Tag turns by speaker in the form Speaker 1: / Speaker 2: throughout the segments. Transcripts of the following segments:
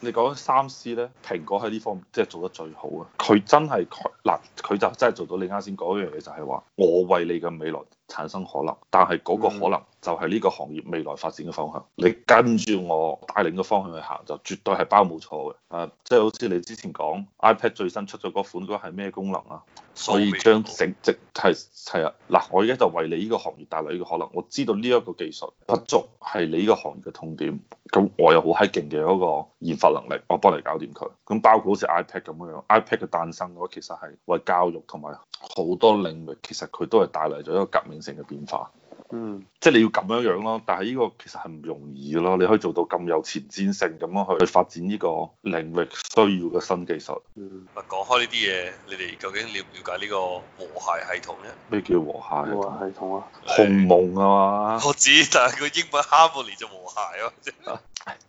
Speaker 1: 你講三 C 咧，蘋果喺呢方面即係做得最好啊！佢真係佢嗱，佢就真係做到你啱先講一樣嘢，就係話我為你嘅未來產生可能，但係嗰個可能就係呢個行業未來發展嘅方向。你跟住我帶領嘅方向去行，就絕對係包冇錯嘅。啊，即係好似你之前講 iPad 最新出咗嗰款，嗰係咩功能啊？所以將整直係係啊嗱，我而家就為你呢個行業帶來呢個可能，我知道呢一個技術不足係你呢個行業嘅痛點，咁我有好閪勁嘅嗰個研發能力，我幫你搞掂佢。咁包括好似 iPad 咁樣，iPad 嘅誕生嘅話，其實係為教育同埋好多領域，其實佢都係帶嚟咗一個革命性嘅變化。
Speaker 2: 嗯，
Speaker 1: 即係你要咁樣樣咯，但係呢個其實係唔容易咯。你可以做到咁有前瞻性咁樣去去發展呢個領域需要嘅新技術。
Speaker 2: 嗯，
Speaker 3: 嗱，講開呢啲嘢，你哋究竟了唔了解呢個和諧系統咧？
Speaker 1: 咩叫和諧系
Speaker 2: 冇
Speaker 1: 統？
Speaker 2: 話系統啊，
Speaker 1: 鴻蒙啊嘛。
Speaker 3: 我知，但係佢英文 harmony 就和諧咯，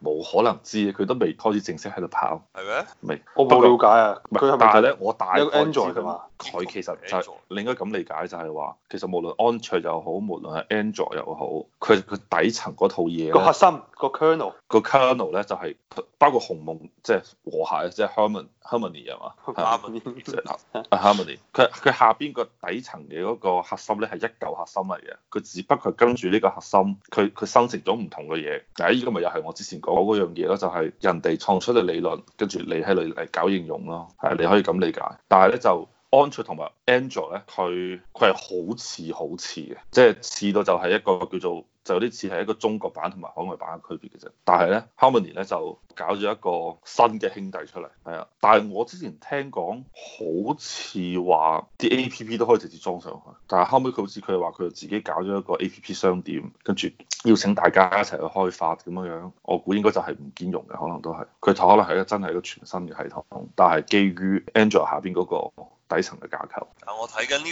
Speaker 1: 冇可能知，佢都未開始正式喺度跑，
Speaker 3: 係咩？
Speaker 1: 未。
Speaker 2: 我冇了解啊，
Speaker 1: 不
Speaker 2: 佢
Speaker 1: 過
Speaker 2: 係
Speaker 1: 但係
Speaker 2: 咪
Speaker 1: 咧，我大概知
Speaker 2: 有個
Speaker 1: 佢
Speaker 2: Android 㗎嘛
Speaker 1: 佢其實就
Speaker 3: Android
Speaker 1: 係你應該咁理解，就係話其實無論安卓又好，無論係 Android 又好，佢佢底層嗰套嘢
Speaker 2: 個核
Speaker 1: 咧，
Speaker 2: 心個 kernel
Speaker 1: 個 kernel 咧就係包括鴻蒙即係和諧，即係 harmony harmony 啊嘛，係嘛
Speaker 3: harmony
Speaker 1: 即係啊 harmony。佢佢下邊個底層嘅嗰個核心咧係一嚿核心嚟嘅，佢只不過跟住呢個核心，佢佢生成咗唔同嘅嘢。嗱，依個咪又係我之前講嗰樣嘢咯，就係、人哋創出嘅理論，跟住你喺度嚟搞應用咯，係你可以咁理解。但係咧就。安卓同埋 Android 咧，佢佢係好似好似嘅，即係似到就係一個叫做就有啲似係一個中國版同埋海外版嘅區別嘅啫。但係咧，Harmony 咧就搞咗一個新嘅兄弟出嚟，係啊。但係我之前聽講好似話啲 A P P 都可以直接裝上去，但係後尾佢好似佢話佢自己搞咗一個 A P P 商店，跟住邀請大家一齊去開發咁樣樣。我估應該就係唔兼容嘅，可能都係佢就可能係一個真係一個全新嘅系統，但係基於 Android 下邊嗰、個。底層嘅架構。
Speaker 3: 但我睇緊呢個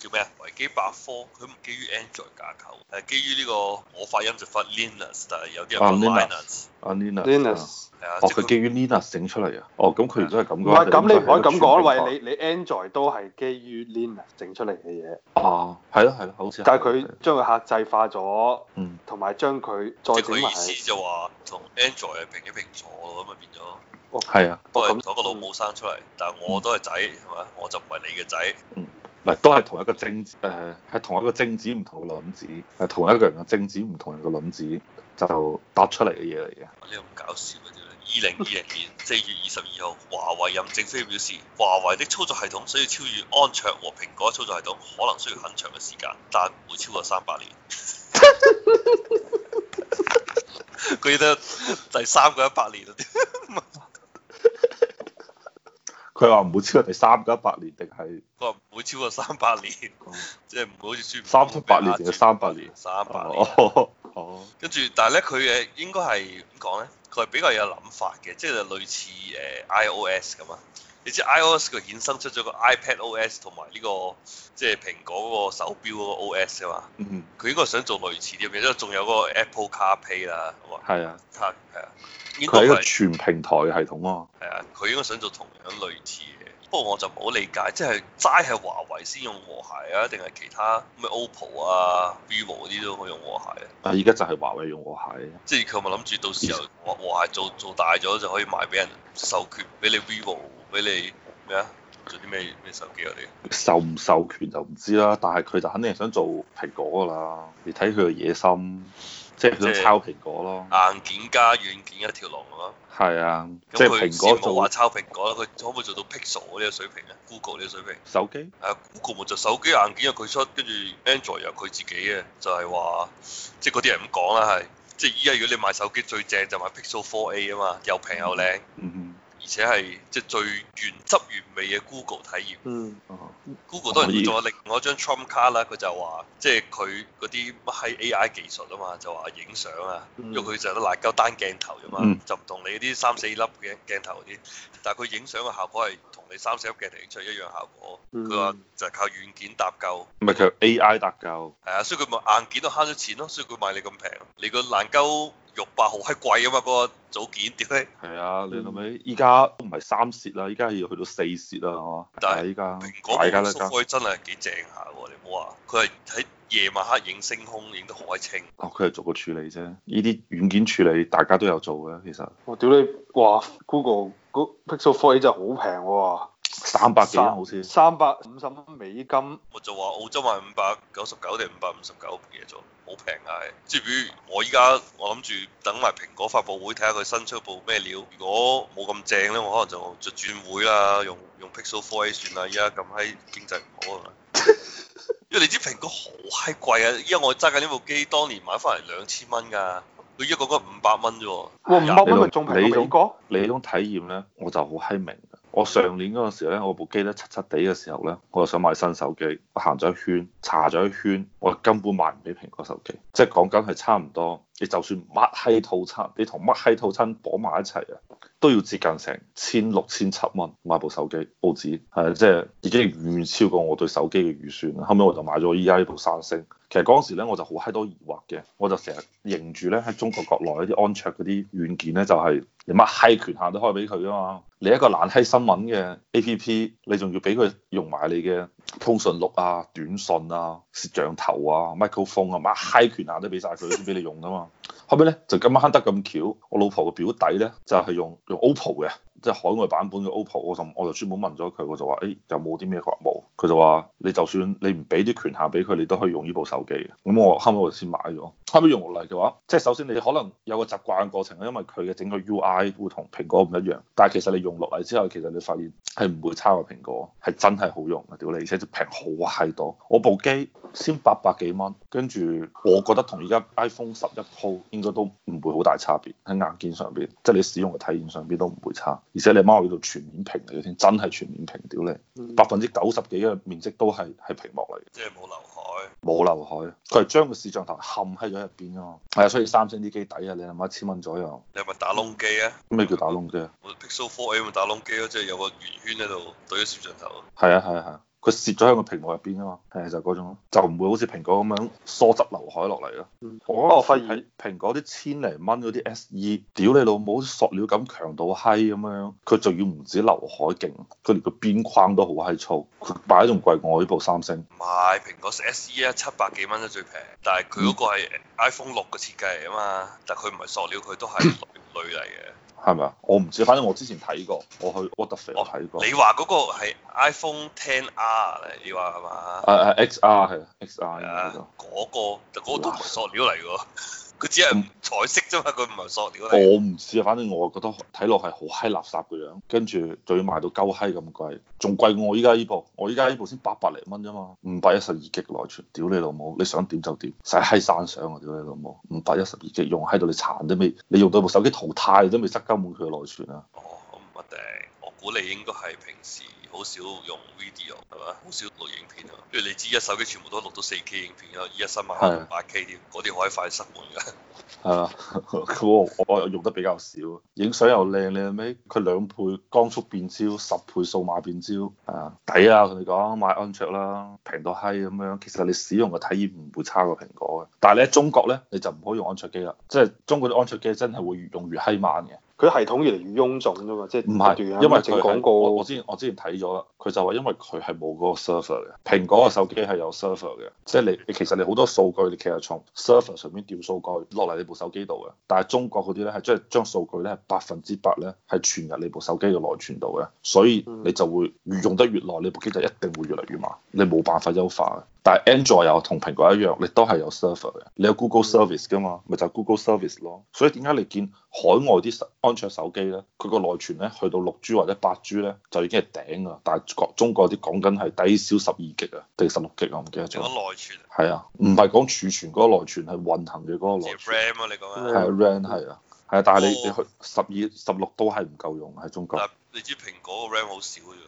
Speaker 3: 叫咩啊？維基百科，佢唔基於 Android 架構，係基於呢個我發音就發 Linux，但係有啲人發
Speaker 1: 啊，Linux
Speaker 3: Linux，
Speaker 1: 啊 Linux 啊
Speaker 2: Linux。
Speaker 3: 係啊，
Speaker 1: 哦，
Speaker 3: 即係
Speaker 1: 佢基於 Linux 整出嚟啊。哦，咁佢如果係咁
Speaker 2: 唔
Speaker 1: 嘅話，
Speaker 2: 係咁，你唔可以咁講，
Speaker 1: 喂，
Speaker 2: 喂，你你 Android 都係基於 Linux 整出嚟嘅嘢，
Speaker 1: 啊，係咯係咯，好似係。
Speaker 2: 但係佢將佢客製化咗，
Speaker 1: 嗯
Speaker 2: 同埋將佢
Speaker 3: 即
Speaker 2: 再
Speaker 3: 係
Speaker 2: 整
Speaker 3: 佢
Speaker 2: 埋
Speaker 3: 意思就話同 Android 係平起平坐咯，咁啊變咗。
Speaker 1: 係啊，
Speaker 3: 都係
Speaker 2: 咁
Speaker 3: 同一個老母生出嚟，但係我都係仔，係咪？我就唔係你嘅仔，
Speaker 1: 嗱都係同一個精誒，係、呃同一個精子唔同嘅卵子，係同一個人嘅精子唔同人嘅卵子就搭出嚟嘅嘢嚟嘅。
Speaker 3: 呢個咁搞笑嘅啫。二零二零年四月二十二號，華為任正非表示，華為的操作系統需要超越安卓和蘋果操作系統，可能需要很長嘅時間，但唔會超過三百年。 佢得第三個一百年啊！
Speaker 1: 佢話唔會超過第三個一百年，定係
Speaker 3: 佢話唔會超過三百年，即係唔會好似孫
Speaker 1: 嗯
Speaker 3: 悟
Speaker 1: 三
Speaker 3: 空
Speaker 1: 十八年定係三百年？
Speaker 3: 啊三百年。
Speaker 1: 哦哦，
Speaker 3: 跟住，但係咧，佢誒應該係點講咧？佢係比較有諗法嘅，即係類似呃誒、iOS 咁啊。你知 iOS 佢衍生出咗個 iPad OS 同埋呢個即係蘋果嗰個手錶嗰個 OS 啊嘛。
Speaker 1: 嗯，
Speaker 3: 佢應該想做類似啲嘢，因為仲有嗰個 Apple CarPlay 啦，係嘛？
Speaker 1: 係啊，
Speaker 3: 卡係啊，應該
Speaker 1: 佢係一個
Speaker 3: 係
Speaker 1: 全平台嘅系統啊。
Speaker 3: 係啊，佢應該想做同樣類似嘅。不過我就唔好理解，即係齋係華為先用和諧啊，定係其他咩 OPPO 啊、vivo 嗰啲都可以用和諧啊？
Speaker 1: 啊，依家就係華為用和諧，
Speaker 3: 即係佢咪諗住到時候和和諧做做大咗就可以賣俾人授權，俾你 vivo，俾你咩啊？做啲咩咩手機啊？你
Speaker 1: 授唔授權就唔知啦，但係佢就肯定係想做蘋果㗎啦。你睇佢嘅野心，即係啊佢想抄蘋果咯。
Speaker 3: 硬件加軟件一條龍咁啊！
Speaker 1: 係啊，即
Speaker 3: 咁
Speaker 1: 係
Speaker 3: 佢
Speaker 1: 蘋
Speaker 3: 先
Speaker 1: 果
Speaker 3: 冇
Speaker 1: 做
Speaker 3: 話抄蘋果啦，佢可唔可以做到 Pixel 呢個水平啊？Google 呢個水平？
Speaker 1: 手機。
Speaker 3: 誒 Google 咪就手機硬件由佢出，跟住 Android 由佢自己嘅，就係話即係嗰啲人咁講啦，係即係依家如果你買手機最正就買 Pixel 4A 啊嘛，又平又靚，
Speaker 1: 嗯
Speaker 3: 而且係即係最原汁原味嘅 Google 體驗。
Speaker 2: 嗯，
Speaker 1: 哼，哦
Speaker 3: Google 當然
Speaker 1: 可以
Speaker 3: 佢仲有另外一張 Trump 卡啦，佢就話即係佢嗰啲乜閪 AI 技術啊嘛，就話影相啊，因
Speaker 2: 嗯
Speaker 3: 為佢就得辣椒單鏡頭啫嘛，
Speaker 1: 嗯
Speaker 3: 就唔同你啲三四粒嘅鏡頭嗰啲，但係佢影相嘅效果係同你三四粒鏡頭影出一樣效果。
Speaker 2: 嗯
Speaker 3: 佢話、就係靠軟件搭救，
Speaker 1: 唔係佢 AI 搭救，
Speaker 3: 係啊，所以佢咪硬件都慳咗錢咯，所以佢賣你咁平。你個爛鳩肉吧，好閪貴啊嘛，嗰、個組件屌你！
Speaker 1: 係啊，你諗尾依家都唔係三攝啦，依家要去到四攝啦，係嘛？係
Speaker 3: 但係
Speaker 1: 啊依家
Speaker 3: 蘋果
Speaker 1: 嗯大家
Speaker 3: 部
Speaker 1: 都
Speaker 3: 叔
Speaker 1: 加，
Speaker 3: 開真係幾正下喎，你唔好話佢係喺夜晚黑影星空影得好閪清，
Speaker 1: 哦，佢係做個處理啫，呢啲軟件處理大家都有做嘅，其實
Speaker 2: 我屌你，哇！Google 嗰 Pixel Four A 真係好平喎，
Speaker 1: 三百幾蚊啊好似。
Speaker 2: 三百五十蚊美金，
Speaker 3: 我就話澳洲賣五百九十九定五百五十九，唔記得咗，好平啊！係即係比如我依家我諗住等埋蘋果發佈會睇下佢新出部咩料，如果冇咁正咧，我可能就就轉會啦，用用 Pixel Four A 算啦，依家咁閪經濟唔好啊嘛。因為你知蘋果好閪貴啊！依家我揸緊呢部機，當年買翻嚟兩千蚊㗎，佢依家講緊五百蚊啫喎。
Speaker 2: 哇！五百蚊咪
Speaker 1: 你
Speaker 2: 仲平
Speaker 1: 你
Speaker 2: 過美國？
Speaker 1: 你呢種體驗咧，我就好閪明嘅。我上年嗰陣時咧，我部機咧七七地嘅時候咧，我就想買新手機，我行咗一圈，查咗一圈，我根本買唔起蘋果手機，即係講緊係差唔多。你就算乜閪套餐，你同乜閪套餐綁埋一齊啊，都要接近成千六千七蚊買部手機澳紙，係即係已經遠超過我對手機嘅預算啦。後尾我就買咗依家呢部三星。其實嗰陣時咧，我就好閪多疑惑嘅，我就成日認住咧喺中國國內嗰啲安卓嗰啲軟件咧，就係、你乜閪權限都開俾佢啊嘛！你一個懶閪新聞嘅 A P P，你仲要俾佢用埋你嘅通訊錄啊、短信啊、攝像頭啊、microphone 啊，乜閪權限都俾晒佢先俾你用啊嘛！後尾咧就咁啱得咁巧，我老婆個表弟咧就係、用用 OPPO 嘅，即係海外版本嘅 OPPO，我就我就專門問咗佢，我就話：，誒、有冇啲咩？佢話冇，佢就話你就算你唔俾啲權限俾佢，你都可以用呢部手機嘅。咁我後尾我就先買咗，後尾用落嚟嘅話，即係首先你可能有個習慣嘅過程，因為佢嘅整個 UI 會同蘋果唔一樣，但係其實你用落嚟之後，其實你發現係唔會差過蘋果，係真係好用嘅，屌你，而且就平好閪多。我部機先八百幾蚊，跟住我覺得同而家 iPhone 十一 Pro 應該都唔會好大差別喺硬件上邊，即係你使用嘅體驗上邊都唔會差，而且你媽我呢度全面屏嚟嘅添，真係全面屏，屌你，
Speaker 2: 嗯
Speaker 1: 百分之九十幾嘅面積都係係屏幕嚟嘅。
Speaker 3: 即係冇劉海，
Speaker 1: 冇劉海，佢係將個視像頭冚喺咗入邊啊嘛，係啊，所以三星啲機底啊，你諗下一千蚊左右，
Speaker 3: 你係咪打窿機啊？
Speaker 1: 咩叫打窿機啊？
Speaker 3: 我 Pixel Four A 咪打窿機咯，即係有個圓圈喺度對咗攝像頭。
Speaker 1: 係啊係啊係啊，佢攝咗喺個屏幕入邊啊嘛，係啊就係嗰種咯，就唔會好似蘋果咁樣梳執劉海落嚟咯。
Speaker 2: 嗯
Speaker 1: 我
Speaker 2: 我發
Speaker 1: 係
Speaker 2: 現
Speaker 1: 蘋果啲千零蚊嗰啲 SE，屌你老母，塑料咁強到閪咁樣，佢仲要唔止劉海勁，佢連個邊框都好閪粗，佢擺仲貴過我呢部三星。
Speaker 3: 唔係蘋果 SE 啊，七百幾蚊都最平，但係佢嗰個係 iPhone 六嘅設計嚟啊嘛，但係佢唔係塑料，佢都係
Speaker 1: 嗯
Speaker 3: 鋁嚟嘅。
Speaker 1: 係咪啊？我唔知，反正我之前睇過，我去 w a t e r f 我睇
Speaker 2: 哦
Speaker 1: 過。
Speaker 3: 你話嗰個係 iPhone Ten R 嚟，你話係嘛？
Speaker 1: 誒誒 XR 係啊，XR 應該
Speaker 3: 啊
Speaker 1: 叫做，
Speaker 3: 嗰、個但嗰個都唔係塑料嚟喎，佢只
Speaker 1: 嗯
Speaker 3: 係彩色啫嘛，佢唔係塑料嚟。
Speaker 1: 我唔知啊，反正我覺得睇落係好閪垃圾嘅樣，跟住仲要賣到鳩閪咁貴，仲貴過我依家呢部，我依家呢部先八百零蚊啫嘛，五百一十二 G 內存，屌你老母，你想點就點，使閪山上啊，屌你老母，五百一十二 G 用喺度你殘都未，你用到部手機淘汰你都未塞鳩滿佢嘅內存啊，
Speaker 3: 哦，我唔一定，我估你應該係平時好少用 video 係嘛，好少錄影片啊，因為你知一手機全部都錄到四 K 影片啊，依家新買
Speaker 1: 係
Speaker 3: 八 K 添，嗰啲可以快塞滿㗎。
Speaker 1: 係 啊，咁我我用得比較少，影相又靚，你係咪？佢兩倍光速變焦，十倍數碼變焦，係啊，抵啊！同你講買安卓啦，平到閪咁樣。其實你使用嘅體驗唔會差過蘋果嘅，但係你喺中國咧，你就唔可以用安卓機啦，即係中國啲安卓機真係會越用越閪慢嘅。
Speaker 2: 佢系統越嚟越臃腫啫嘛，即係
Speaker 1: 唔
Speaker 2: 不斷
Speaker 1: 係，
Speaker 2: 咁
Speaker 1: 因為
Speaker 2: 整
Speaker 1: 佢係
Speaker 2: 廣
Speaker 1: 我
Speaker 2: 告
Speaker 1: 我。之前我之前睇咗啦，佢就話因為佢係冇嗰個 server 嘅，蘋果嘅手機係有 server 嘅，即係你你其實你好多數據你其實從 server 上面調數據落嚟你部手機度嘅，但係中國嗰啲咧係將將數據咧係百分之百咧係存入你部手機嘅內存度嘅，所以
Speaker 2: 嗯
Speaker 1: 你就會越用得越耐，你部機就一定會越嚟越慢，你冇辦法優化嘅。但係 Android 又同蘋果一樣，你都係有 server 嘅，你有 Google Service 㗎嘛，咪就係 Google Service 咯。所以點解你見海外啲手安卓手機咧，佢個內存咧去到六 G 或者八 G 咧，就已經係頂㗎。但係國中國啲講緊係低消十二 G 啊，定十六 G 我唔記得
Speaker 3: 仲有
Speaker 1: 咗。
Speaker 3: 內存，
Speaker 1: 係啊，唔係講儲存嗰個內存，係運行嘅嗰個
Speaker 3: 即
Speaker 1: 內
Speaker 3: 係
Speaker 1: 存。
Speaker 3: RAM 啊，你講
Speaker 1: 係
Speaker 3: 緊。
Speaker 1: 啊，RAM 係啊，係啊，但係你
Speaker 3: 哦啊
Speaker 1: 你去十二、十六都係唔夠用喺中國。
Speaker 3: 但你知蘋果個 RAM 好少嘅啫，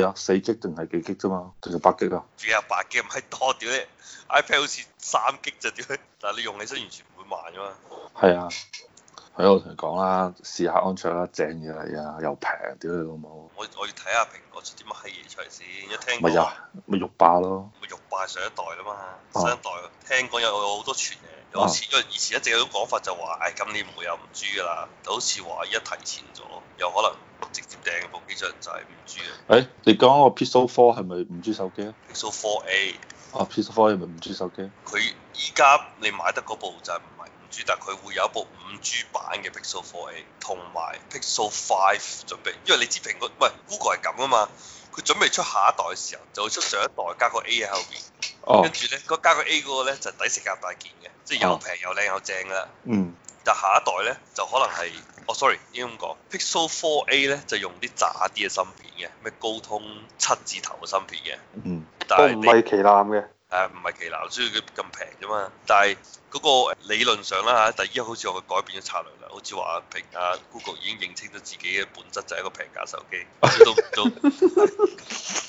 Speaker 1: 係啊，四 G 定係幾 G 啫嘛，定係八 G 啊？
Speaker 3: 仲有八 G 唔係多屌你，iPad 好似三 G 就屌你，但係你用起身完全唔會慢噶嘛。
Speaker 1: 係啊，係我同你講啦，試下安卓啦，正嘢嚟啊，又平，屌你老母，
Speaker 3: 我我要睇下蘋果出啲乜閪嘢出嚟先，一聽
Speaker 1: 咪又
Speaker 3: 講
Speaker 1: 咪肉霸咯，
Speaker 3: 咪肉霸上一代啦嘛，
Speaker 1: 哦
Speaker 3: 新一代聽講有有好多傳嘅，又好似因為以前一直有種講法就話，唉、今年唔會有五 G 噶啦，就好似話依家提前咗，有可能直接訂部機上就係五 G 嘅
Speaker 1: 誒、你講個 Pixel Four 係咪五 G 手機啊？
Speaker 3: Pixel Four A，
Speaker 1: 啊，Pixel Four 係咪五 G 手機？
Speaker 3: 佢依家你買得嗰部就係唔係五 G，但係佢會有一部五 G 版嘅 Pixel Four A，同埋 Pixel Five 準備，因為你知蘋果喂 Google 係咁啊嘛，佢準備出下一代嘅時候就會出上一代加個 A 喺後邊。
Speaker 1: 哦
Speaker 3: 跟，住咧，個加個 A 嗰個咧就抵食夾大件嘅，即係又平又靚又正啦。
Speaker 1: 嗯，
Speaker 3: 但下一代咧就可能係，哦，sorry，應該咁講，Pixel 4A 咧就用啲渣啲嘅芯片嘅，咩高通七字頭嘅芯片
Speaker 1: 嗯，
Speaker 3: 嘅，但
Speaker 2: 都
Speaker 3: 係
Speaker 2: 哦唔
Speaker 3: 你
Speaker 2: 係旗艦嘅，
Speaker 3: 誒啊唔係旗艦，所以佢咁平啫嘛。但係嗰個理論上啦嚇，但係依家好似我改變咗策略啦，好似話平啊 Google 已經認清咗自己嘅本質就係一個平價手機，都都。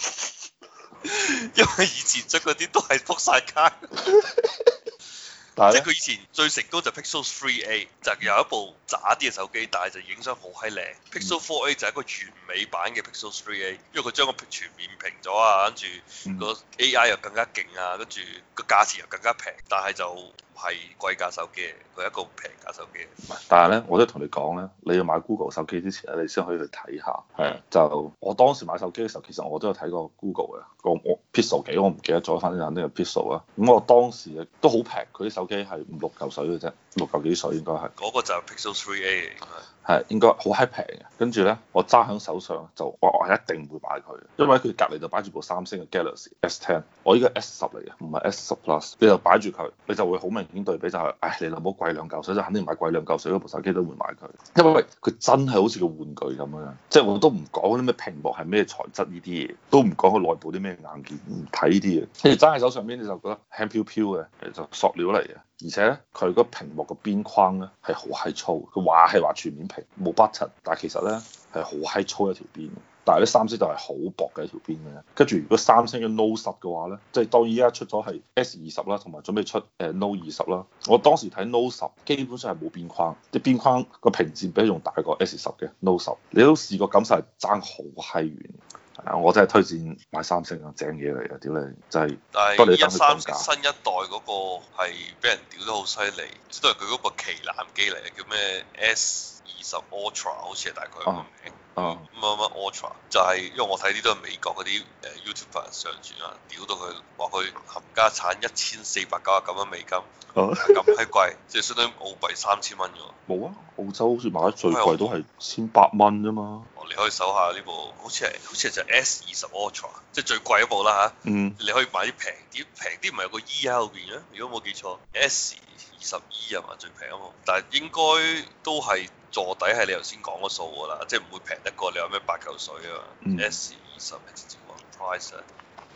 Speaker 3: 因為以前出嗰啲都係撲晒卡，
Speaker 1: 但係
Speaker 3: 即
Speaker 1: 咧
Speaker 3: 係。佢以前最成功就 Pixel 3A，就係有一部渣啲嘅手機，但係就影相好閪靚。Pixel 4A 就係一個完美版嘅 Pixel 3A，因為佢將個全面屏咗啊，跟住
Speaker 1: 嗯
Speaker 3: 個 AI 又更加勁啊，跟住個價錢又更加平，但係就唔係貴價手機嚟，佢係一個平價手機嚟。
Speaker 1: 但係咧，我都同你講咧，你要買 Google 手機之前咧，你先可以去睇下。係啊，就我當時買手機嘅時候，其實我都有睇過 Google 嘅，個我 Pixel 幾我唔記得咗，反正肯定係 Pixel 啦。啊咁我當時都好平，佢啲手機係五六嚿水嘅啫，六嚿幾水應該係，
Speaker 3: 嗰個就係 Pixel 3A 嚟，應該
Speaker 1: 係應該好閪平嘅。跟住咧，我揸喺手上就我我係一定唔會買佢，因為佢隔離就擺住部三星嘅 Galaxy S10，我依家 S 十嚟嘅，唔係 S 十 Plus，你就擺住佢，你就會好明顯對比就係、唉，你老母貴兩嚿水就肯定買貴兩嚿水嗰部手機都會買佢。因為佢真係好似個玩具咁樣，即係我都唔講嗰啲咩屏幕係咩材質呢啲嘢，都唔講佢內部啲咩硬件，唔睇呢啲嘢。嗯你揸喺手上邊你就覺得輕飄飄嘅，其實就塑料嚟嘅。而且咧，佢個屏幕個邊框咧係好閪粗，佢話係話全面屏冇 button，但係其實咧係好閪粗一條邊嘅。但係咧三星就係好薄嘅一條邊嘅啫，跟住如果三星嘅 Note 十嘅話咧，即係當然依家出咗係 S 二十啦，同埋準備出誒 Note 二十啦。我當時睇 Note 十基本上係冇邊框，啲邊框個屏佔比仲大過 S 十嘅 Note 十，你都試過感受係爭好閪遠。係啊，我真係推薦買三星啊，正嘢嚟啊，屌你！就係、
Speaker 3: 但
Speaker 1: 不過
Speaker 3: 係
Speaker 1: 你
Speaker 3: 依家
Speaker 1: 等佢講
Speaker 3: 三
Speaker 1: 價
Speaker 3: 星新一代嗰個係俾人屌得好犀利，即係佢嗰個旗艦機嚟嘅，叫咩 S 二十 Ultra，好似係大概咁嘅
Speaker 1: 哦
Speaker 3: 名。
Speaker 1: 啊
Speaker 3: 乜乜 Ultra，就係因為我睇啲都係美國嗰啲誒 YouTuber 上傳啊，屌到佢話佢冚家產一千四百九十九蚊美金，
Speaker 1: 啊
Speaker 3: 咁閪貴，即係相當於澳幣三千蚊啫喎。
Speaker 1: 冇啊！澳洲好似買得最貴都係啊千八蚊啫嘛。
Speaker 3: 哦你可以搜下呢部，好似係好似係就 S 二十 Ultra，即係最貴嗰部啦
Speaker 1: 嗯
Speaker 3: 嚇。你可以買啲平啲，平啲唔係有個 E 喺後邊嘅，如果冇記錯，S 二十 E 係嘛最平嗰部，但係應該都係坐底係你頭先講個數㗎啦，即係唔會平得過你有咩八嚿水啊嘛。
Speaker 1: 嗯
Speaker 3: S 二十係直接講 price 啊，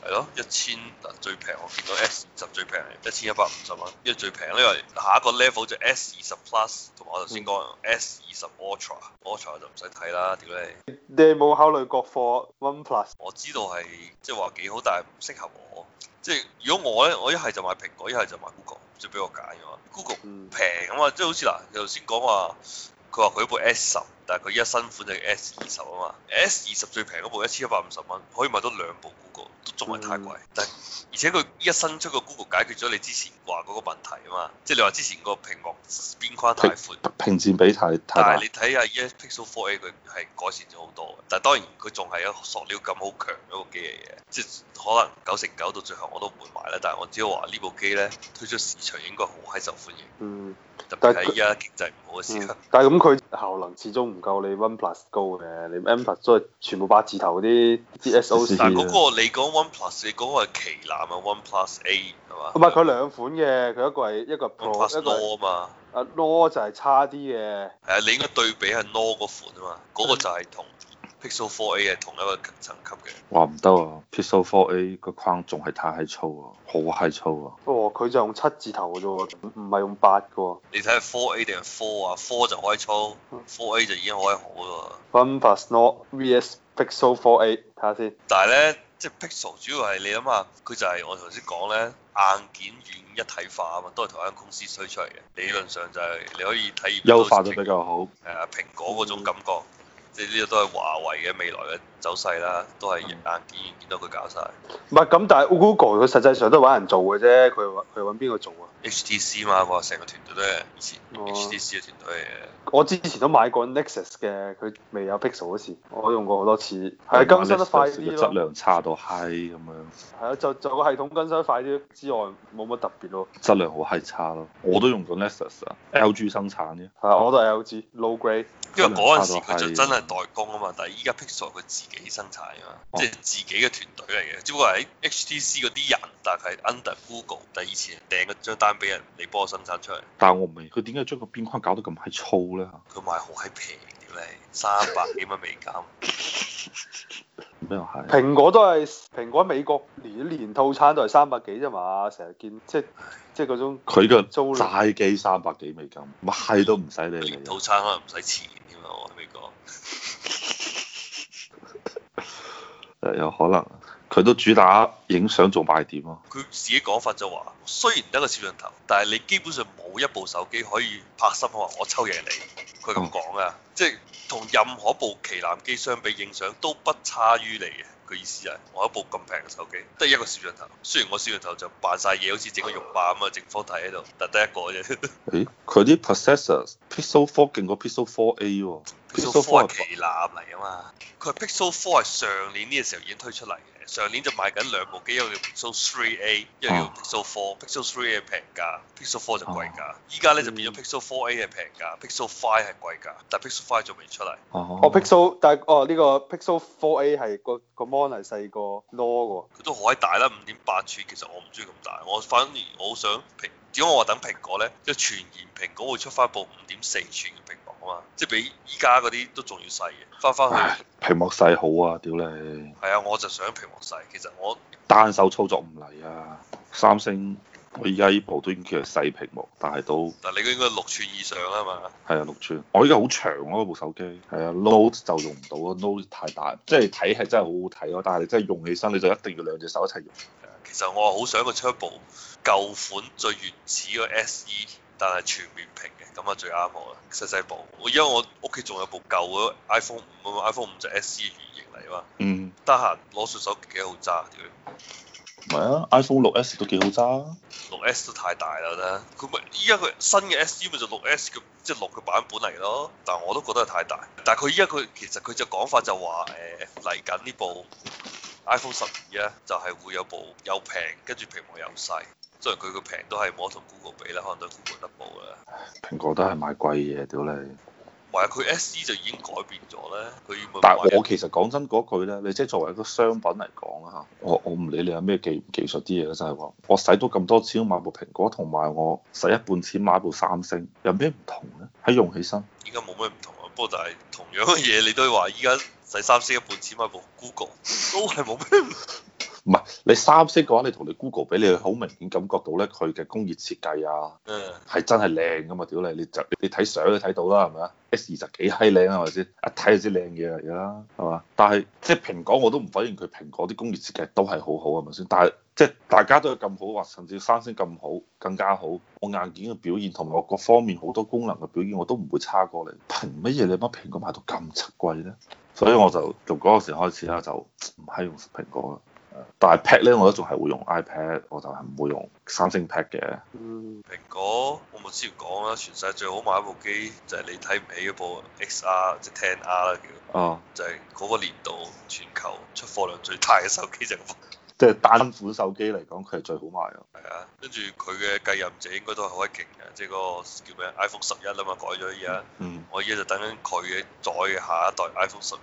Speaker 3: 係咯，一千嗱最平我見到 S 二十最平一千一百五十蚊，因為最平，因為下一個 level 就 S 二十 Plus 同埋我頭先講 S 二十 Ultra，Ultra 就唔使睇啦，屌你！
Speaker 2: 你有冇考慮國貨 OnePlus？
Speaker 3: 我知道係即係話幾好，但係唔適合我。即係如果我咧，我一係就買蘋果，一係就買 Google，即係俾我揀嘅嘛。Google
Speaker 2: 嗯，
Speaker 3: 平啊嘛，即係好似嗱，你頭先講話佢話佢部 S 十，但係佢依家新款就 S 二十啊嘛，S 二十最平嗰部一千一百五十蚊，可以買到兩部 Google，都仲係太貴。但係而且佢依家新出個 Google 解決咗你之前話嗰個問題啊嘛，即係你話之前個屏幕邊框太闊。
Speaker 1: 屏佔比太太
Speaker 3: 但
Speaker 1: 大
Speaker 3: 係。你睇下依家 Pixel 4A 佢係改善咗好多嘅，但係當然佢仲係一個塑料感好強嗰個機嚟嘅，即係可能九成九到最後我都唔會買啦。但係我只係話呢部機咧推出市場應該好閪受歡迎，
Speaker 2: 嗯，
Speaker 3: 特別
Speaker 2: 但係
Speaker 3: 喺
Speaker 2: 佢
Speaker 3: 依家經濟唔好嘅時
Speaker 2: 嗯
Speaker 3: 候。
Speaker 2: 但係咁佢效能始終唔夠你 OnePlus 高嘅，你 OnePlus 都係全部八字頭嗰啲啲 SOC
Speaker 3: 但係嗰
Speaker 2: 啊
Speaker 3: 個你講 OnePlus，你講個係旗艦啊，OnePlus A 係嘛？
Speaker 2: 唔係佢兩款嘅，佢一個係一個係
Speaker 3: OnePlus
Speaker 2: Pro，一個係
Speaker 3: Nord 啊嘛，
Speaker 2: 啊 No 就係差啲嘅，
Speaker 3: 係啊，你應該對比係 Nord 嗰款啊嘛，嗰、個就係同 Pixel 4A 係同一個層級嘅。
Speaker 1: 話唔得啊，Pixel 4A 個框仲係太粗啊，好閪粗啊！
Speaker 2: 哦佢就用七字頭嘅啫喎，唔唔係用八嘅喎。
Speaker 3: 你睇下 4A 定係 Four 啊，Four 就可以粗，4A 就已經可以好啦。
Speaker 2: OnePlus Nord VS Pixel 4A，睇下先。
Speaker 3: 但係咧，即係 Pixel 主要係你諗下，佢就係我頭先講咧硬件軟一體化啊嘛，都係同一間公司推出嚟嘅。理論上就係你可以體驗到
Speaker 1: 優化得比較好。
Speaker 3: 誒蘋果嗰種感覺，即係呢個都係華為嘅未來嘅走勢啦，都係硬件軟件都佢搞晒。
Speaker 2: 唔係咁，但係 Google 佢實際上都揾人做嘅啫，佢揾佢揾邊個做啊？
Speaker 3: HTC 嘛，話成個團隊都係以前
Speaker 2: 哦
Speaker 3: HTC 嘅團隊嚟嘅。
Speaker 2: 我之前都買過 Nexus 嘅，佢未有 Pixel 嗰時，我用過好多次，係啊更新得快啲
Speaker 1: 質
Speaker 2: 咯。
Speaker 1: 量差到閪咁樣，
Speaker 2: 係啊，就就個系統更新得快啲之外，冇乜特別咯。
Speaker 1: 質量好閪差咯。我都用過 Nexus 啊，LG 生產嘅。
Speaker 2: 係啊，我都係 LG low grade。
Speaker 3: 因為嗰陣時佢就真係代工啊嘛，但係依家 Pixel 佢自己生產啊嘛，即係自己嘅團隊嚟嘅，只不過係 HTC 嗰啲人，但係 under Google，但係以前訂嗰張單俾人，你幫我生產出嚟，
Speaker 1: 但係我唔明佢點解將個邊框搞到咁閪粗咧？
Speaker 3: 佢賣好閪平屌你，三百幾蚊美金，
Speaker 1: 咩又係？
Speaker 2: 蘋果都係蘋果喺美國連連套餐都係三百幾啫嘛，成日見即即嗰種
Speaker 1: 佢嘅
Speaker 2: 租量
Speaker 1: 齋機三百幾美金，乜閪都唔使理
Speaker 3: 連
Speaker 1: 你。啊
Speaker 3: 套餐可能唔使錢添啊！我喺美國，
Speaker 1: 誒有可能，佢都主打影相做賣點啊咯。
Speaker 3: 佢自己講法就話，雖然得個攝像頭，但係你基本上冇一部手機可以拍心口話我抽贏你，佢咁講啊，即係同任何一部旗艦機相比，影相都不差於你嘅。佢意思係，我一部咁平嘅手機，得一個攝像頭。雖然我攝像頭就扮晒嘢，好似整個浴霸咁啊，正方體喺度，但得一個啫。
Speaker 1: 誒，佢啲 processors Pixel Four 勁過 Pixel Four A 喎。
Speaker 3: Pixel Four 係旗艦嚟啊嘛，佢係 Pixel Four 係上年呢個時候已經推出嚟嘅，上年就賣緊兩部機，一個叫 Pixel Three A，一個叫
Speaker 1: 啊
Speaker 3: Pixel Four，Pixel Three A 平價，Pixel Four 就貴價，依家咧就變咗 Pixel Four A 係平價，Pixel Five 係貴價，但 Pixel Five 仲未出嚟，
Speaker 1: 哦
Speaker 2: 哦 Pixel，但係哦呢個 Pixel 4A 係個個 mon 係細個 law
Speaker 3: 佢都好閪大啦，五點八寸，其實我唔中意咁大，我反而我好想蘋，點解我話等蘋果咧？即係傳言蘋果會出翻部五點四寸嘅屏幕啊嘛，即係比依家嗰啲都仲要細嘅，翻翻
Speaker 1: 唉
Speaker 3: 去。
Speaker 1: 屏幕細好啊，屌你！
Speaker 3: 係啊，我就想屏幕細。其實我
Speaker 1: 單手操作唔嚟啊！三星我依家依部都已經叫係細屏幕，但係都
Speaker 3: 但你應該六寸以上啊嘛，
Speaker 1: 係啊六寸。我依家好長咯、部手機，係啊 Note 就用唔到咯，Note 太大，即係睇係真係好好睇咯，但係你真係用起身你就一定要兩隻手一齊用。
Speaker 3: 其實我好想佢出一部舊款最原始個 SE，但係全面屏嘅，咁啊最啱我啦，細細部。我因為我屋企仲有部舊嘅 iPhone 五啊嘛，iPhone 五就 SE 原型嚟啊嘛，
Speaker 1: 嗯，
Speaker 3: 得閒攞上手機幾好揸，屌
Speaker 1: 唔係啊，iPhone 六 S 都幾好揸啊。
Speaker 3: 六 S 都太大啦，我覺得佢咪依家佢新嘅 SE 咪就六 S 嘅，即係六嘅版本嚟咯。但係我都覺得係太大。但係佢依家佢其實佢就講法就話誒嚟緊呢部 iPhone 十二咧，就係、會有部又平，跟住屏幕又細。雖然佢個平都係冇得同 Google 比啦，可能都係 Google 得部啦。
Speaker 1: 蘋果都係買貴嘢，屌你！
Speaker 3: 唔係佢 SE 就已經改變咗咧，佢咪
Speaker 1: 但
Speaker 3: 話
Speaker 1: 係我其實講真嗰句咧，你即係作為一個商品嚟講啦嚇，我我唔理你有咩技技術啲嘢啦，就係話我使到咁多錢買部蘋果，同埋我使一半錢買部三星，有咩唔同咧？喺用起身，
Speaker 3: 依家冇咩唔同啊。不過但係同樣嘅嘢，你都話依家使三四一半錢買部 Google，都係 冇咩唔
Speaker 1: 唔係你三星嘅話，你同你 Google 比，你好明顯感覺到咧佢嘅工業設計啊，
Speaker 3: 嗯。
Speaker 1: 係真係靚噶嘛，屌你！你就你睇相都睇到啦，係咪啊？S 二十幾閪靚啊，係咪先？一睇就知靚嘢嚟㗎啦，係嘛？但係即係蘋果我都唔否認佢蘋果啲工業設計都係好好係咪先？但係即係大家都有咁好，或甚至三星咁好更加好，我硬件嘅表現同埋我各方面好多功能嘅表現我都唔會差過你，憑乜嘢你乜蘋果賣到咁柒貴咧？所以我就從嗰個時開始啦，就唔係用蘋果啦。但係 Pad 咧，我都仲係會用 iPad，我就係唔會用三星 Pad 嘅。
Speaker 2: 喎。嗯，
Speaker 3: 蘋果，我咪之前講啦，全世界最好買一部機就係、你睇唔起嗰部 XR 即係 Ten R 啦叫，
Speaker 1: 啊。
Speaker 3: 就係、嗰個年度全球出貨量最大嘅手機就係嗰部
Speaker 1: 即係單款手機嚟講，佢係最好賣咯。
Speaker 3: 係啊，跟住佢嘅繼任者應該都係好鬼勁嘅，即係嗰個叫咩 iPhone 十一啊嘛，改咗依家，
Speaker 1: 嗯，
Speaker 3: 我依家就等緊佢嘅再嘅下一代 iPhone 十二，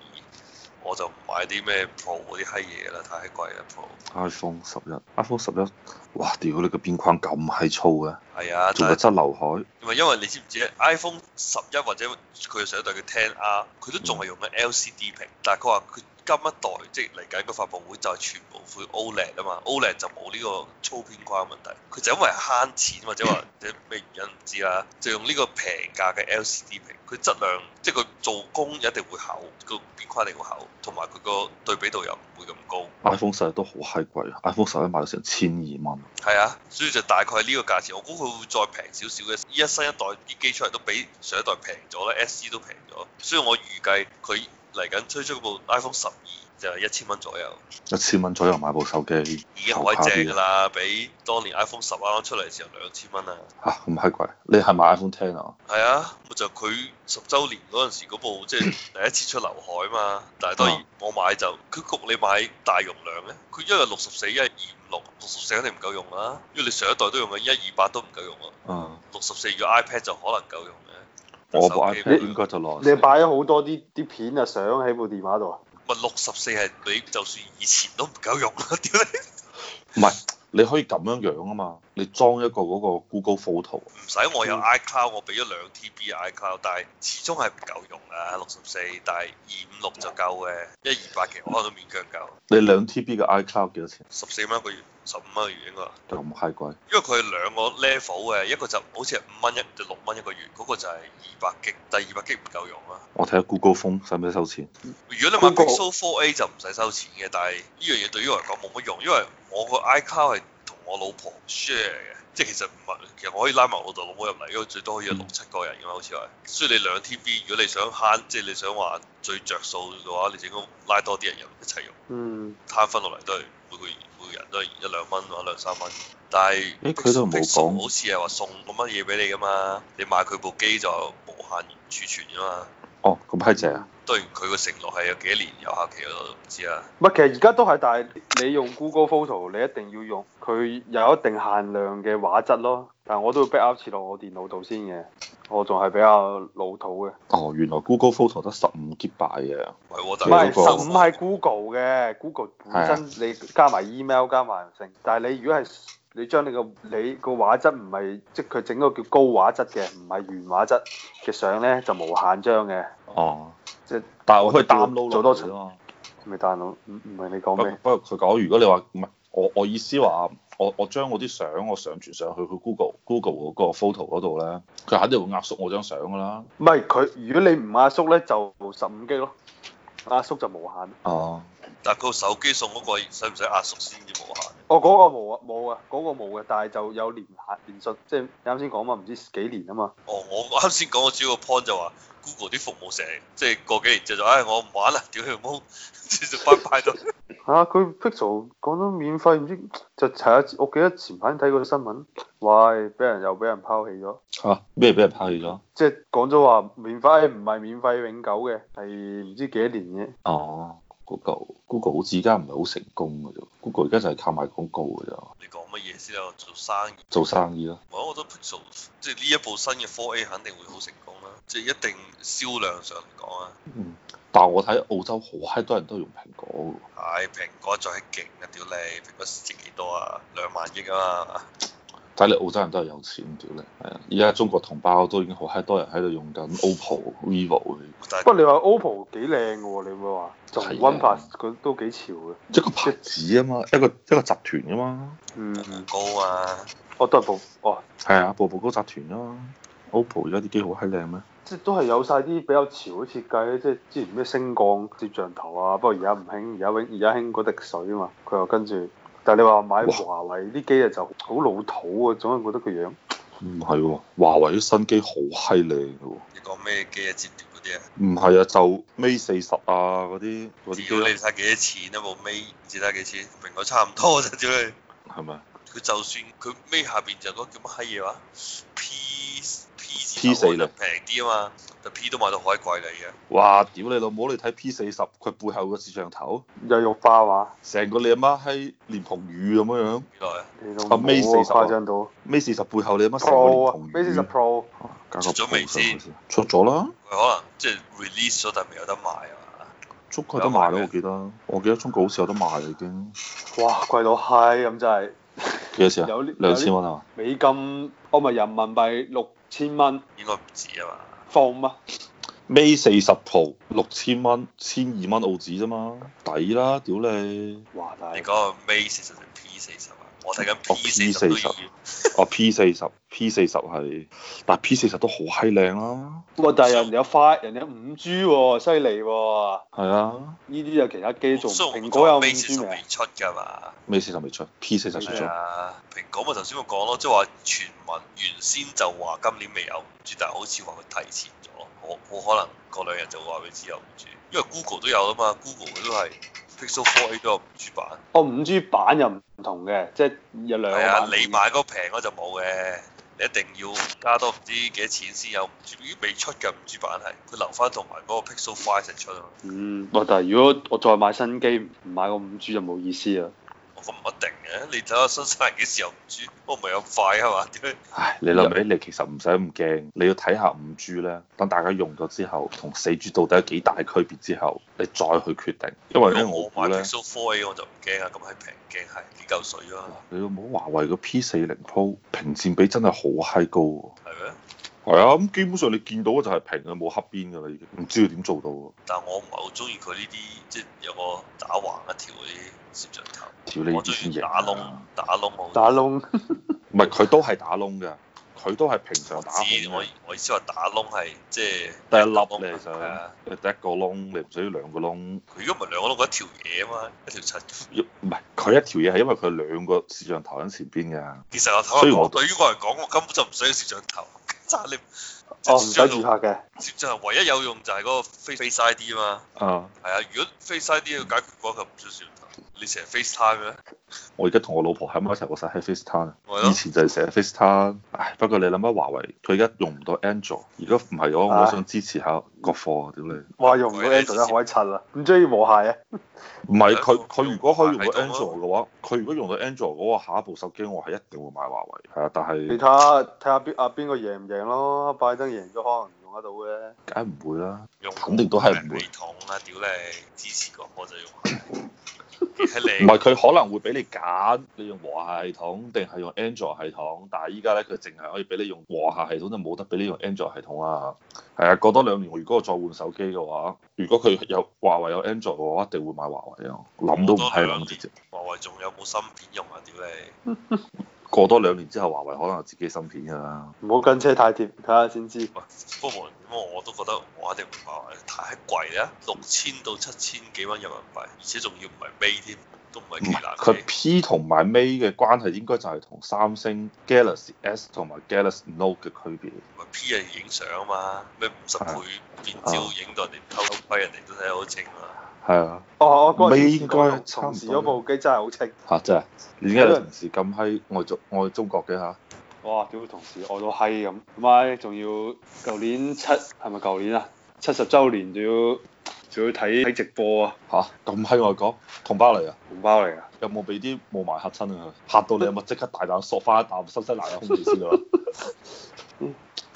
Speaker 3: 我就唔買啲咩 Pro 嗰啲閪嘢啦，太貴啦 Pro。
Speaker 1: iPhone 十一，iPhone 十一，哇！屌你個邊框咁閪粗嘅，
Speaker 3: 係啊，
Speaker 1: 仲
Speaker 3: 但
Speaker 1: 有
Speaker 3: 係
Speaker 1: 質劉海，
Speaker 3: 唔係因為你知唔知咧？iPhone 十一或者佢上一代嘅 Ten R，佢都仲係用緊 LCD 屏，但係佢話佢今一代即係嚟緊個發佈會就係全部會 OLED 啊嘛，OLED 就冇呢個粗邊框問題，佢就因為慳錢或者話或者咩原因唔知啦，就用呢個平價嘅 LCD 屏，佢質量即係佢做工一定會厚，個邊框一定會厚，同埋佢個對比度又唔會咁高。
Speaker 1: iPhone 十都好閪貴啊！iPhone 十一買到成千二蚊，
Speaker 3: 係啊，所以就大概呢個價錢，我估佢會再平少少嘅。依家新一代啲機出嚟都比上一代平咗啦，SE 都平咗，所以我預計佢嚟緊推出嗰部 iPhone 十二就係一千蚊左右，
Speaker 1: 一千蚊左右買部手機，
Speaker 3: 已經好鬼正㗎啦，比當年 iPhone 十啱啱出嚟嘅時候兩千蚊啊。
Speaker 1: 嚇咁閪貴！你係買 iPhone Ten 啊？
Speaker 3: 係啊，咪就佢十週年嗰陣時嗰部即係第一次出劉海嘛，但係當然
Speaker 1: 啊
Speaker 3: 我買就佢焗你買大容量咧，佢一係六十四，一係二五六，六十四肯定唔夠用啦，因為你上一代都用緊一二八都唔夠用啊，
Speaker 1: 嗯，
Speaker 3: 六十四要 iPad 就可能夠用嘅。
Speaker 1: 我部
Speaker 3: 手機
Speaker 1: iPad 應該就耐。
Speaker 2: 你係擺咗好多啲啲片啊相喺部電話度啊？
Speaker 3: 咪六十四係你就算以前都唔夠用啦， 屌你！
Speaker 1: 唔係，你可以咁樣樣啊嘛，你裝一個嗰個 Google Photo，
Speaker 3: 唔使我
Speaker 1: 嗯
Speaker 3: 有 iCloud，我俾咗兩 TB 嘅 iCloud，但係始終係唔夠用啊，六十四，但係二五六就夠嘅，一二八其實我可能都勉強夠，
Speaker 1: 你兩 TB 嘅 iCloud 幾多錢？
Speaker 3: 十四蚊一個月，十五蚊一個月應該，
Speaker 1: 咁閪貴，
Speaker 3: 因為佢係兩個 level 嘅，一個就好似係五蚊一定六蚊一個月，嗰、個就係二百 G，但係二百 G 唔夠用啊。
Speaker 1: 我睇下 Google Phone 使唔使收錢？
Speaker 3: 如果你買
Speaker 2: Google
Speaker 3: Pixel 4A 就唔使收錢嘅，但係呢樣嘢對於我嚟講冇乜用，因為我個 iCloud 係同我老婆 share 嘅，即係其實唔係，其實我可以拉埋我老豆老母入嚟，因為最多可以有六七個人㗎嘛，好似話。所以你兩 TB，如果你想慳，即係你想話最着數嘅話，你就應該拉多啲人入一齊用，
Speaker 2: 嗯，
Speaker 3: 攤分落嚟都係每個月每個人都係一兩蚊或者兩三蚊。但係
Speaker 1: 誒佢都冇
Speaker 3: Pixel-
Speaker 1: 講
Speaker 3: Pixel 好似係話送咁乜嘢俾你㗎嘛，你買佢部機就無限儲存㗎嘛。
Speaker 1: 哦，咁閪正啊！
Speaker 3: 當然佢個承諾係有幾多年有效期我都唔知啊。
Speaker 2: 唔係其實而家都係，但係你用 Google Photo 你一定要用佢有一定限量嘅畫質咯。但係我都會 back up 設落我電腦度先嘅，我仲係比較老土嘅。
Speaker 1: 哦，原來 Google Photo 得十五 G 拜嘅，
Speaker 3: 唔係喎，
Speaker 1: 唔
Speaker 3: 但
Speaker 2: 唔
Speaker 1: 係
Speaker 3: 係
Speaker 2: 係十五係 Google 嘅，Google 本身你加埋 email 加埋成，但係你如果係你將你個你個畫質唔係即係佢整個叫高畫質嘅，唔係原畫質嘅相咧就無限張嘅，
Speaker 1: 哦，
Speaker 2: 即係
Speaker 1: 但係我可以 download
Speaker 2: 做
Speaker 1: 落
Speaker 2: 多
Speaker 1: 嚟啊嘛
Speaker 2: 咪大佬唔唔係你講
Speaker 1: 不
Speaker 2: 咩？
Speaker 1: 不過佢講，如果你話唔係，我我意思話，我我將我啲相我上傳上去佢 Google Google 嗰個 photo 嗰度咧，佢肯定會壓縮我張相㗎啦。
Speaker 2: 唔係佢，如果你唔壓縮咧就十五 G 咯，壓縮就無限。
Speaker 1: 哦，
Speaker 3: 但係佢手機送嗰個使唔使壓縮先至無限？
Speaker 2: 哦，嗰、個冇啊，冇啊，嗰、個冇嘅，但係就有年限年信，即係你啱先講嘛，唔知幾年啊嘛。
Speaker 3: 哦，我啱先講我主要個 point 就話 Google 啲服務成日即係過幾年之後就唉、我唔玩啦，屌你老母， 即係就拜拜咗。
Speaker 2: 嚇、啊佢 Pixel 講到免費，唔知就係啊！我記得前排睇過新聞，喂，俾人又俾人拋棄咗，
Speaker 1: 嚇咩俾人拋棄咗？
Speaker 2: 即係講咗話免費唔係免費永久嘅，係唔知幾多年嘅。
Speaker 1: 哦，Google Google 好似而家唔係好成功嘅啫，Google 而家就係靠賣廣告嘅啫，
Speaker 3: 你講乜嘢先啊？做生意，
Speaker 1: 做生意咯。
Speaker 3: 我我覺得 Pixel 即係呢一部新嘅 4A 肯定會好成功啦，即係一定銷量上嚟講啊，
Speaker 1: 但係我睇澳洲好閪多人都用蘋果嘅
Speaker 3: 唉、蘋果最勁啊，屌你，蘋果市值幾多啊？兩萬億啊嘛。
Speaker 1: 喎，睇嚟澳洲人都係有錢屌你。係啊，而家中國同胞都已經好閪多人喺度用緊 OPPO、vivo 嘅。
Speaker 3: 但係
Speaker 2: 不過你話 OPPO 幾靚嘅喎，你會話同
Speaker 1: 係啊
Speaker 2: OnePlus 佢都幾潮嘅。
Speaker 1: 一個牌子啊嘛，一個一個集團啊嘛，
Speaker 2: 嗯，
Speaker 3: 高啊，
Speaker 2: 我都係部，哦，
Speaker 1: 係啊，步步高集團啊嘛。OPPO 而家啲機好閪靚咩？
Speaker 2: 即係都係有晒啲比較潮嘅設計，即係之前咩升降攝像頭啊，不過而家唔興，而家永而家興嗰滴水啊嘛，佢又跟住。但係你話買
Speaker 1: 哇
Speaker 2: 華為啲機啊就好老土啊，總係覺得個樣。
Speaker 1: 唔係喎，華為啲新機好閪靚嘅喎。
Speaker 3: 你講咩機啊？折疊嗰啲啊？
Speaker 1: 唔係啊，就 Mate 四十啊嗰啲嗰啲
Speaker 3: 只
Speaker 1: 機
Speaker 3: 要你
Speaker 1: 咯
Speaker 3: 睇幾多錢一部 Mate 唔知睇幾錢，蘋果差唔多就屌你。
Speaker 1: 係咪
Speaker 3: 佢就算佢 Mate 下邊就嗰個叫乜閪嘢話 P P 字
Speaker 1: P 四
Speaker 3: 頭
Speaker 1: 啦
Speaker 3: 平啲啊嘛，但 P 都賣到好鬼貴啦而家。
Speaker 1: 哇！屌你老母，你睇 P 四十，佢背後個攝像頭，
Speaker 2: 又肉花話，
Speaker 1: 成個你阿媽喺蓮蓬魚咁樣樣。
Speaker 3: 幾耐啊？
Speaker 2: 你都
Speaker 1: 啊，Mate
Speaker 2: 冇
Speaker 1: 40啊
Speaker 2: 誇張到
Speaker 1: Mate 四十背後你阿媽成個
Speaker 2: Pro 啊
Speaker 1: 蓮蓬
Speaker 2: ，Mate 40
Speaker 1: 魚。
Speaker 2: Pro
Speaker 1: 加個
Speaker 3: 出咗未先
Speaker 1: Pro 上去先？出咗啦，
Speaker 3: 佢可能即係 release 咗，但係未有得賣啊嘛。
Speaker 1: 中國有得賣啦，
Speaker 3: 有賣咩
Speaker 1: 我記得。我記得中國好似有得賣啦已經。
Speaker 2: 哇貴到嗨咁真係，
Speaker 1: 幾多錢啊
Speaker 2: 有呢？
Speaker 1: 兩千蚊啊嘛。
Speaker 2: 美哦金，我咪人民幣六千蚊
Speaker 3: 應該唔止啊嘛。
Speaker 2: 放啊，
Speaker 1: Mate 四十 Pro 六千蚊，千二蚊澳紙啫嘛，抵啦，屌你！
Speaker 2: 哇！但
Speaker 3: 你
Speaker 2: 係
Speaker 3: 講個 Mate 四十定 P 四十啊？我睇緊
Speaker 1: 哦
Speaker 3: P 四十都要
Speaker 1: P40 哦，P 四十，P 四十係，但 P 四十都好閪靚啊啦，
Speaker 2: 哇！但係人哋有快，人哋有五 G 喎，犀利喎！
Speaker 1: 係啊
Speaker 2: 呢啲有其他機做，
Speaker 3: 所以
Speaker 2: 蘋果有五啊
Speaker 3: Mate 四
Speaker 2: G
Speaker 3: 十
Speaker 2: 未
Speaker 3: 未？出㗎嘛？
Speaker 1: ，Mate 四十未出，P 四十出
Speaker 3: 係
Speaker 1: 咗，
Speaker 3: 啊，蘋果咪頭先我講咯，即係話傳聞原先就話今年未有五 G，但係好似話佢提前咗，我我可能過兩日就話佢知有五 G，因為 Google 都有啊嘛，Google 佢都係 Pixel Four A 都有五 G 版，
Speaker 2: 哦，五 G 版又唔同嘅，即係有兩個
Speaker 3: 係啊，
Speaker 2: 版。
Speaker 3: 你買嗰個平嗰就冇嘅，你一定要加多唔知幾多錢先有五 G，已經未出嘅五 G 版係，佢留翻同埋嗰個 Pixel Five 一齊出啊嘛，
Speaker 2: 嗯，哇！但係如果我再買新機，唔買個五 G 就冇意思啊啦。
Speaker 3: 我咁唔一定嘅，你睇下新西蘭幾時有五 G，我唔係咁快啊嘛，點解？
Speaker 1: 唉，你諗起你其實唔使咁驚，你要睇下五 G 咧，等大家用咗之後，同四 G 到底有幾大區別之後，你再去決定，因為咧我
Speaker 3: 我
Speaker 1: 估
Speaker 3: 買
Speaker 1: 咧。
Speaker 3: Pixel Four A 我就唔驚啊，咁係平驚係幾嚿水啊，
Speaker 1: 你老母華為個 P 四零 Pro 屏佔比真係好閪高喎，
Speaker 3: 係咩？
Speaker 1: 係啊，咁基本上你見到嘅就係平嘅，冇黑邊㗎啦已經，唔知佢點做到喎。
Speaker 3: 但我唔係好中意佢呢啲，即係有個打橫一條嗰啲攝像頭。
Speaker 1: 屌你
Speaker 3: 我
Speaker 1: 二
Speaker 3: 中
Speaker 1: 千
Speaker 3: 意
Speaker 1: 型
Speaker 3: 打窿
Speaker 1: 啊，
Speaker 3: 打窿好。
Speaker 2: 打窿，
Speaker 1: 唔係佢都係打窿嘅，佢都係平常打孔
Speaker 3: 知我
Speaker 1: 嘅，
Speaker 3: 啊我意思話打窿係即係
Speaker 1: 得一粒你
Speaker 3: 係
Speaker 1: 想，
Speaker 3: 啊
Speaker 1: 你得一個窿，你唔需要兩個窿。
Speaker 3: 佢如果唔係兩個窿，佢一條嘢啊嘛，一條柒。
Speaker 1: 唔係佢一條嘢係因為佢兩個攝像頭喺前邊㗎，
Speaker 3: 其實我坦
Speaker 1: 所
Speaker 3: 白
Speaker 1: 以我
Speaker 3: 講，對於我嚟講，我根本就唔想要攝像頭。 真係你
Speaker 2: 哦，唔使自拍嘅。
Speaker 3: 攝像頭唯一有用就係嗰個 Face Face ID 啊嘛。
Speaker 1: 啊！
Speaker 3: 係啊，如果 Face ID 要解決嘅話，佢唔需要攝像頭。你成日 FaceTime 啊咩？
Speaker 1: 我而家同我老婆喺埋一齊，我使喺 FaceTime。
Speaker 3: 係
Speaker 1: 以
Speaker 3: 咯。
Speaker 1: 前就係成日 FaceTime，唉，不過你諗下華為，佢而家用唔到 Android，如果唔係嘅話，我
Speaker 2: 唉
Speaker 1: 都想支持下國貨，屌你！
Speaker 2: 哇！用唔到 Android 真係好閪柒啊！唔中意無懈啊！
Speaker 1: 唔係佢
Speaker 3: 佢
Speaker 1: 佢如果可以用到
Speaker 3: 用埋系統
Speaker 1: Android 嘅話，佢如果用到 Android 嘅話，下一部手機我係一定會買華為，係啊，但
Speaker 2: 你
Speaker 1: 係
Speaker 2: 睇下睇下邊啊邊個贏唔贏咯？拜登贏咗可能用得到嘅。
Speaker 1: 梗係唔會啦，
Speaker 3: 用
Speaker 1: 肯定都係唔會
Speaker 3: 系統啊！屌你，支持個我就用系 係
Speaker 1: 唔
Speaker 3: 你
Speaker 1: 係佢可能會俾你揀，你用和系統定係用 Android 系統，但係依家咧佢淨係可以俾你用和系系統，就冇得俾你用 Android 系統啦。係啊，過多兩年我如果我再換手機嘅話，如果佢有華為有 Android 嘅話，我一定會買華為啊，諗都唔係諗直接。
Speaker 3: 華為仲有冇芯片用啊？屌你，
Speaker 1: 過多兩年之後，華為可能有自己芯片㗎啦。
Speaker 2: 唔好跟車太貼，睇下先知。
Speaker 3: 喂，不過無論點我我都覺得我肯定唔買華為，太貴啦，六千到七千幾蚊人民幣，而且仲要唔係 Mate 添，都唔係
Speaker 1: 唔
Speaker 3: 旗
Speaker 1: 係
Speaker 3: 艦
Speaker 1: 佢
Speaker 3: 機，
Speaker 1: P 同埋 Mate 嘅關係應該就係同三星 Galaxy S 同埋 Galaxy Note 嘅區別。
Speaker 3: 唔係 P 係影相啊嘛，咩五十倍變焦
Speaker 1: 啊
Speaker 3: 影到人哋偷窺，人哋都睇得好清啊。
Speaker 1: 係啊，
Speaker 2: 哦，我嗰陣時
Speaker 1: 應
Speaker 2: 試
Speaker 1: 該
Speaker 2: 過用
Speaker 1: 差唔多
Speaker 2: 同事嗰部機真係好清。
Speaker 1: 嚇真係，點解你同事咁閪愛中愛中國嘅嚇？
Speaker 2: 哇！屌同事愛到閪咁，咁咪仲要舊年七係咪舊年啊？七十週年仲要仲要睇睇直播啊！
Speaker 1: 嚇咁閪愛講同胞嚟啊！
Speaker 2: 紅包嚟㗎。
Speaker 1: 有冇俾啲霧霾嚇親啊？嚇到你有冇即刻大膽索翻一啖新西蘭嘅空氣先啊？